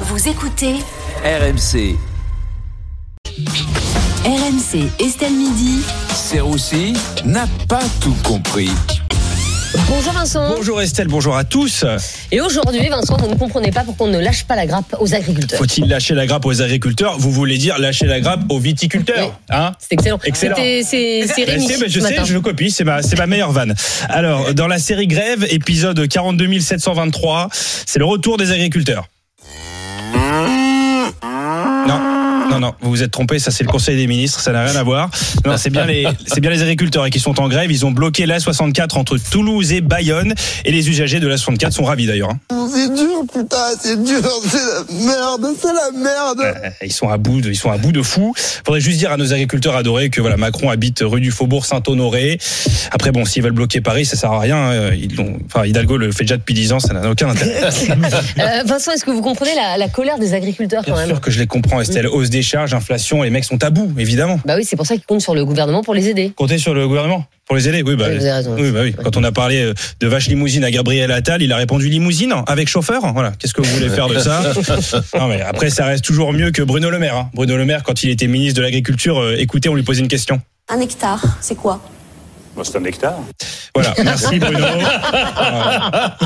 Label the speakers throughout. Speaker 1: Vous écoutez
Speaker 2: RMC,
Speaker 1: RMC Estelle Midi.
Speaker 2: Serroussi n'a pas tout compris.
Speaker 3: Bonjour Vincent.
Speaker 4: Bonjour Estelle, bonjour à tous.
Speaker 3: Et aujourd'hui, Vincent, vous ne comprenez pas pourquoi on ne lâche pas la grappe aux agriculteurs.
Speaker 4: Faut-il lâcher la grappe aux agriculteurs Vous voulez dire lâcher la grappe aux viticulteurs
Speaker 3: Oui.
Speaker 4: hein
Speaker 3: C'est excellent.
Speaker 4: Excellent.
Speaker 3: C'était- C'est c'est Rémi.
Speaker 4: Je sais, mais je
Speaker 3: ce
Speaker 4: sais,
Speaker 3: matin.
Speaker 4: je le copie, c'est ma, c'est ma meilleure vanne. Alors, dans la série Grève, épisode 42 723, c'est le retour des agriculteurs. Non. Non, non, vous vous êtes trompé, ça c'est le Conseil des ministres, ça n'a rien à voir. Non, c'est bien les, c'est bien les agriculteurs hein, qui sont en grève, ils ont bloqué la 64 entre Toulouse et Bayonne, et les usagers de la 64 sont ravis d'ailleurs. hein.
Speaker 5: C'est dur, putain, c'est dur, c'est la merde, c'est la merde.
Speaker 4: Euh, ils sont à bout de, ils sont à bout de fou. Faudrait juste dire à nos agriculteurs adorés que voilà, Macron habite rue du Faubourg Saint-Honoré. Après, bon, s'ils veulent bloquer Paris, ça sert à rien. hein. Ils l'ont- enfin, Hidalgo le fait déjà depuis 10 ans, ça n'a aucun intérêt.
Speaker 3: Euh, Vincent, est-ce que vous comprenez la, la colère des agriculteurs quand
Speaker 4: Bien
Speaker 3: même
Speaker 4: sûr que je les comprends, Estelle. Hausse des charges, inflation, les mecs sont à bout, évidemment.
Speaker 3: Bah oui, c'est pour ça qu'ils comptent sur le gouvernement pour les aider.
Speaker 4: Comptez sur le gouvernement pour les aider. Oui, bah,
Speaker 3: Vous avez raison.
Speaker 4: oui, bah oui. Quand on a parlé euh, de vache limousine à Gabriel Attal, il a répondu limousine avec chauffeur. Voilà. Qu'est-ce que vous voulez faire de ça Non, mais après, ça reste toujours mieux que Bruno Le Maire. hein. Bruno Le Maire, quand il était ministre de l'Agriculture, euh, écoutez, on lui posait une question.
Speaker 6: Un hectare, c'est quoi
Speaker 7: Bah, c'est un hectare.
Speaker 4: Voilà, merci Bruno.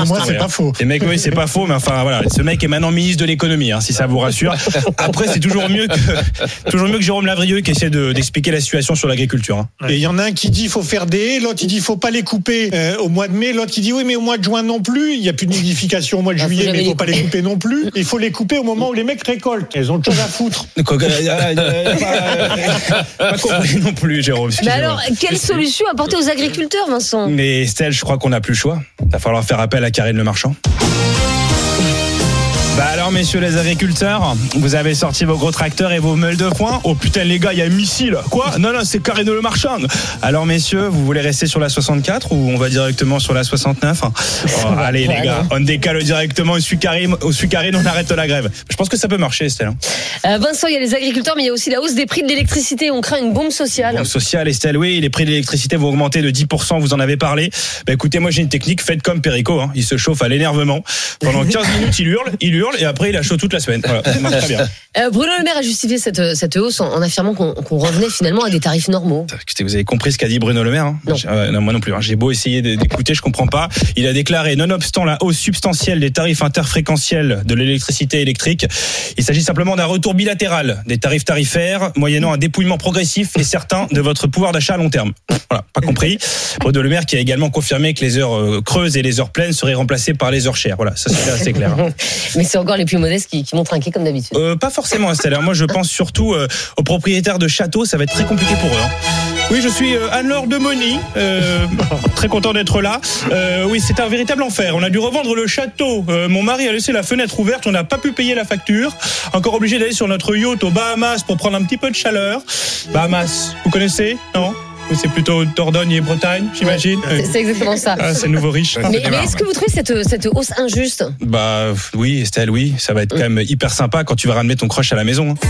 Speaker 4: moi, c'est pas faux. Les mecs, oui, c'est pas faux, mais enfin voilà, ce mec est maintenant ministre de l'économie, hein, si ça vous rassure. Après, c'est toujours mieux que toujours mieux que Jérôme Lavrieux qui essaie de- d'expliquer la situation sur l'agriculture. hein.
Speaker 8: Et il y en a un qui dit il faut faire des haies, l'autre il dit il faut pas les couper euh, au mois de mai, l'autre il dit oui mais au mois de juin non plus, il y a plus de nidification au mois de
Speaker 3: Ah, faut
Speaker 8: juillet
Speaker 3: jamais
Speaker 8: mais il
Speaker 3: les
Speaker 8: faut pas les couper non plus, il faut les couper au moment où les mecs récoltent, ils ont autre chose à foutre.
Speaker 4: Quoi que- euh, euh, pas, pas compris non plus, Jérôme.
Speaker 3: Mais
Speaker 4: excusez-moi.
Speaker 3: Bah alors, quelle solution apporter aux agriculteurs, Vincent
Speaker 4: Mais Estelle, je crois qu'on n'a plus le choix. Il va falloir faire appel à Karine Le Marchand. Bah alors messieurs les agriculteurs, vous avez sorti vos gros tracteurs et vos meules de foin. Oh putain les gars, il y a un missile. Quoi Non non, c'est Karine Le Marchand. Alors messieurs, vous voulez rester sur la 64 ou on va directement sur la 69 Oh, Allez les gars, on décale directement au Sucarine, au Sucarine, on arrête la grève. Je pense que ça peut marcher Estelle. hein.
Speaker 3: Euh, Vincent, il y a les agriculteurs, mais il y a aussi la hausse des prix de l'électricité. On craint une bombe sociale.
Speaker 4: Bombe sociale, Estelle, oui, les prix de l'électricité vont augmenter de 10%, vous en avez parlé. Bah, écoutez, moi j'ai une technique, faites comme Perico, hein. il se chauffe à l'énervement. Pendant 15 minutes, il hurle, il hurle, et après il a chaud toute la semaine. Voilà, ça marche très bien.
Speaker 3: Euh, Bruno Le Maire a justifié cette, cette hausse en, en affirmant qu'on qu'on revenait finalement à des tarifs normaux.
Speaker 4: Écoutez, vous avez compris ce qu'a dit Bruno Le Maire hein
Speaker 3: Non.
Speaker 4: J'ai- ouais, non, moi non plus. hein. J'ai beau essayer de- d'écouter, je comprends pas. Il a déclaré, nonobstant la hausse substantielle des tarifs interfréquentiels de l'électricité électrique, il s'agit simplement d'un retour bilatéral des tarifs tarifaires, moyennant un dépouillement progressif et certain de votre pouvoir d'achat à long terme. Voilà, pas compris. Bruno Le Maire qui a également confirmé que les heures euh, creuses et les heures pleines seraient remplacées par les heures chères. Voilà, ça c'est assez clair. hein.
Speaker 3: Mais c'est encore les plus modestes qui, qui vont trinquer comme d'habitude.
Speaker 4: Euh, pas forcément, Estelle. Alors, Moi, je pense surtout euh, aux propriétaires de châteaux. Ça va être très compliqué pour eux. hein. Oui, je suis euh, Anne-Laure de Moni. Euh, très content d'être là. Euh, oui, c'est un véritable enfer. On a dû revendre le château. Euh, mon mari a laissé la fenêtre ouverte. On n'a pas pu payer la facture. Encore obligé d'aller sur notre yacht aux Bahamas pour prendre un petit peu de chaleur. Bahamas, vous connaissez Non Ou C'est plutôt Dordogne et Bretagne, j'imagine.
Speaker 3: C'est c'est exactement ça.
Speaker 4: Ah, c'est nouveau riche. Ah,
Speaker 3: Mais,
Speaker 4: c'est
Speaker 3: mais
Speaker 4: marrant.
Speaker 3: est-ce que vous trouvez cette, euh, cette hausse injuste
Speaker 4: Bah oui, Estelle, oui. Ça va être quand même hyper sympa quand tu vas ramener ton crush à la maison. hein.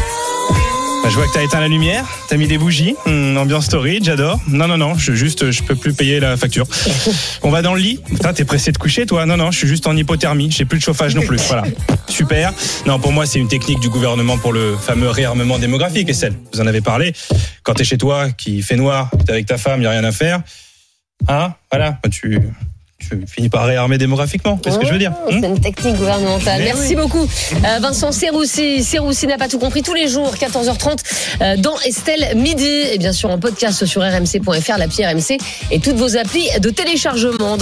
Speaker 4: Bah, je vois que t'as éteint la lumière, t'as mis des bougies, Hum, ambiance storage, j'adore. Non, non, non, je juste, je peux plus payer la facture. On va dans le lit. Putain, t'es pressé de coucher, toi Non, non, je suis juste en hypothermie, j'ai plus de chauffage non plus. Voilà, super. Non, pour moi, c'est une technique du gouvernement pour le fameux réarmement démographique, et celle, vous en avez parlé. Quand t'es chez toi, qui fait noir, t'es avec ta femme, y a rien à faire. Hein Voilà, Bah, tu, tu finis par réarmer démographiquement, c'est ce que je veux dire.
Speaker 3: Oh,
Speaker 4: Hum
Speaker 3: C'est une technique gouvernementale. Merci beaucoup. Euh, Vincent Serroussi, Serroussi n'a pas tout compris tous les jours, 14h30, euh, dans Estelle Midi. Et bien sûr, en podcast sur rmc.fr, l'appli RMC et toutes vos applis de téléchargement.